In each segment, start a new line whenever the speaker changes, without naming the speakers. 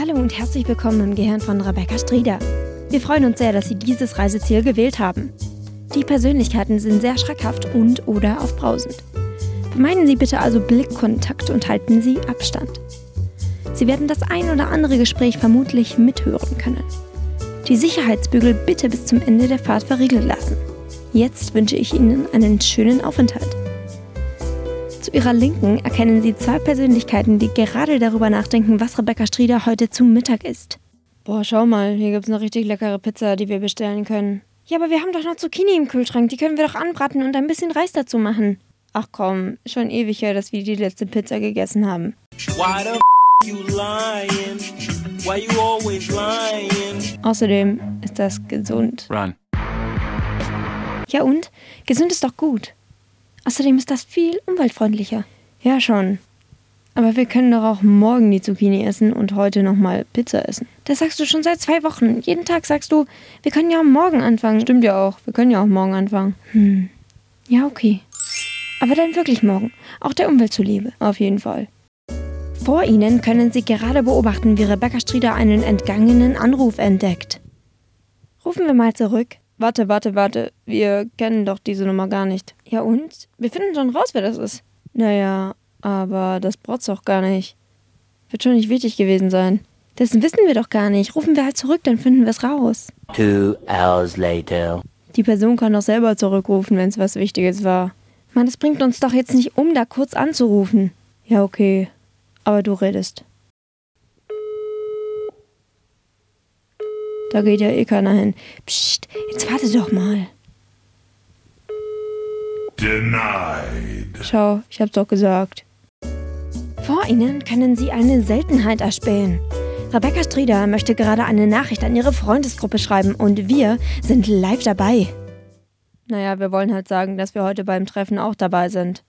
Hallo und herzlich willkommen im Gehirn von Rebecca Strieder. Wir freuen uns sehr, dass Sie dieses Reiseziel gewählt haben. Die Persönlichkeiten sind sehr schreckhaft und oder aufbrausend. Vermeiden Sie bitte also Blickkontakt und halten Sie Abstand. Sie werden das ein oder andere Gespräch vermutlich mithören können. Die Sicherheitsbügel bitte bis zum Ende der Fahrt verriegelt lassen. Jetzt wünsche ich Ihnen einen schönen Aufenthalt. Zu ihrer Linken erkennen Sie zwei Persönlichkeiten, die gerade darüber nachdenken, was Rebecca Strieder heute zum Mittag isst.
Boah, schau mal, hier gibt's eine richtig leckere Pizza, die wir bestellen können.
Ja, aber wir haben doch noch Zucchini im Kühlschrank, die können wir doch anbraten und ein bisschen Reis dazu machen.
Ach komm, schon ewig her, dass wir die letzte Pizza gegessen haben.
Why the f you lying? Why you always lying?
Außerdem ist das gesund.
Run.
Ja und? Gesund ist doch gut. Außerdem ist das viel umweltfreundlicher.
Ja schon. Aber wir können doch auch morgen die Zucchini essen und heute nochmal Pizza essen.
Das sagst du schon seit zwei Wochen. Jeden Tag sagst du, wir können ja morgen anfangen.
Stimmt ja auch, wir können ja auch morgen anfangen.
Hm. Ja, okay. Aber dann wirklich morgen. Auch der Umwelt zuliebe.
Auf jeden Fall.
Vor Ihnen können Sie gerade beobachten, wie Rebecca Strieder einen entgangenen Anruf entdeckt. Rufen wir mal zurück.
Warte, warte, warte. Wir kennen doch diese Nummer gar nicht.
Ja und? Wir finden schon raus, wer das ist.
Naja, aber das braucht's auch gar nicht. Wird schon nicht wichtig gewesen sein.
Dessen wissen wir doch gar nicht. Rufen wir halt zurück, dann finden wir es raus.
Two hours later.
Die Person kann doch selber zurückrufen, wenn es was Wichtiges war.
Mann, es bringt uns doch jetzt nicht um, da kurz anzurufen.
Ja, okay. Aber du redest. Da geht ja eh keiner hin.
Psst, jetzt warte doch mal.
Denied.
Schau, ich hab's doch gesagt.
Vor Ihnen können Sie eine Seltenheit erspähen. Rebecca Strieder möchte gerade eine Nachricht an ihre Freundesgruppe schreiben und wir sind live dabei.
Naja, wir wollen halt sagen, dass wir heute beim Treffen auch dabei sind.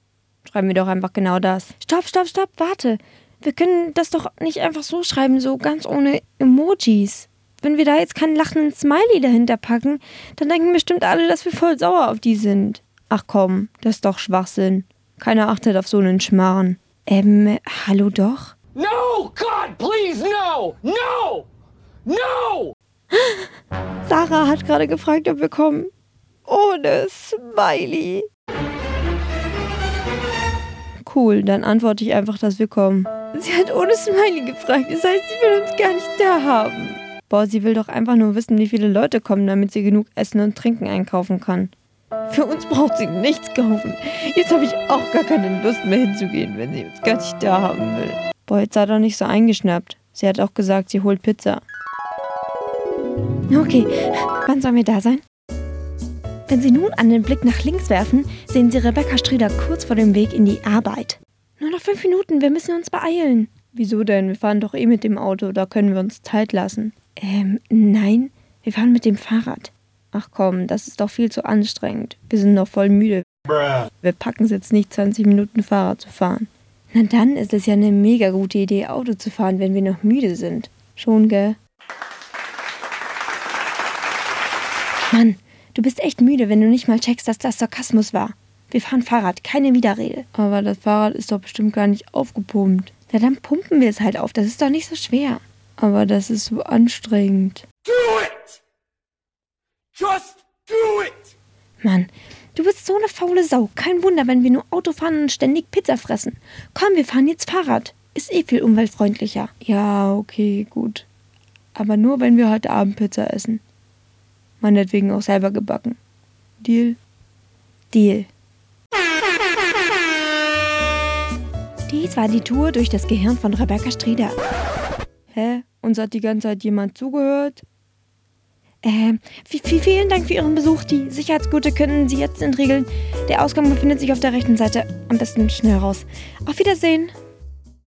Schreiben wir doch einfach genau das.
Stopp, stopp, stopp, warte. Wir können das doch nicht einfach so schreiben, so ganz ohne Emojis. Wenn wir da jetzt keinen lachenden Smiley dahinter packen, dann denken bestimmt alle, dass wir voll sauer auf die sind.
Ach komm, das ist doch Schwachsinn. Keiner achtet auf so einen Schmarrn.
Ähm, hallo doch?
No, Oh, God, please, no! No! No!
Sarah hat gerade gefragt, ob wir kommen. Ohne Smiley. Cool, dann antworte ich einfach, dass wir kommen.
Sie hat ohne Smiley gefragt. Das heißt, sie will uns gar nicht da haben.
Boah, sie will doch einfach nur wissen, wie viele Leute kommen, damit sie genug Essen und Trinken einkaufen kann.
Für uns braucht sie nichts kaufen.
Jetzt habe ich auch gar keine Lust mehr hinzugehen, wenn sie uns gar nicht da haben will. Boah, jetzt sei doch nicht so eingeschnappt. Sie hat auch gesagt, sie holt Pizza.
Okay, wann sollen wir da sein? Wenn Sie nun einen Blick nach links werfen, sehen Sie Rebecca Strieder kurz vor dem Weg in die Arbeit.
Nur noch fünf Minuten, wir müssen uns beeilen. Wieso denn? Wir fahren doch eh mit dem Auto, da können wir uns Zeit lassen.
Ähm, nein, wir fahren mit dem Fahrrad.
Ach komm, das ist doch viel zu anstrengend. Wir sind noch voll müde.
Bruh.
Wir packen es jetzt nicht, 20 Minuten Fahrrad zu fahren.
Na dann ist es ja eine mega gute Idee, Auto zu fahren, wenn wir noch müde sind.
Schon, gell?
Mann, du bist echt müde, wenn du nicht mal checkst, dass das Sarkasmus war. Wir fahren Fahrrad, keine Widerrede.
Aber das Fahrrad ist doch bestimmt gar nicht aufgepumpt.
Na dann pumpen wir es halt auf, das ist doch nicht so schwer.
Aber das ist so anstrengend.
Do it! Just do it!
Mann, du bist so eine faule Sau. Kein Wunder, wenn wir nur Auto fahren und ständig Pizza fressen. Komm, wir fahren jetzt Fahrrad. Ist eh viel umweltfreundlicher.
Ja, okay, gut. Aber nur, wenn wir heute Abend Pizza essen. Meinetwegen auch selber gebacken. Deal?
Deal. Dies war die Tour durch das Gehirn von Rebecca Strieder.
Hä? Uns hat die ganze Zeit jemand zugehört?
Ähm, vielen Dank für Ihren Besuch. Die Sicherheitsgurte können Sie jetzt entriegeln. Der Ausgang befindet sich auf der rechten Seite. Am besten schnell raus. Auf Wiedersehen.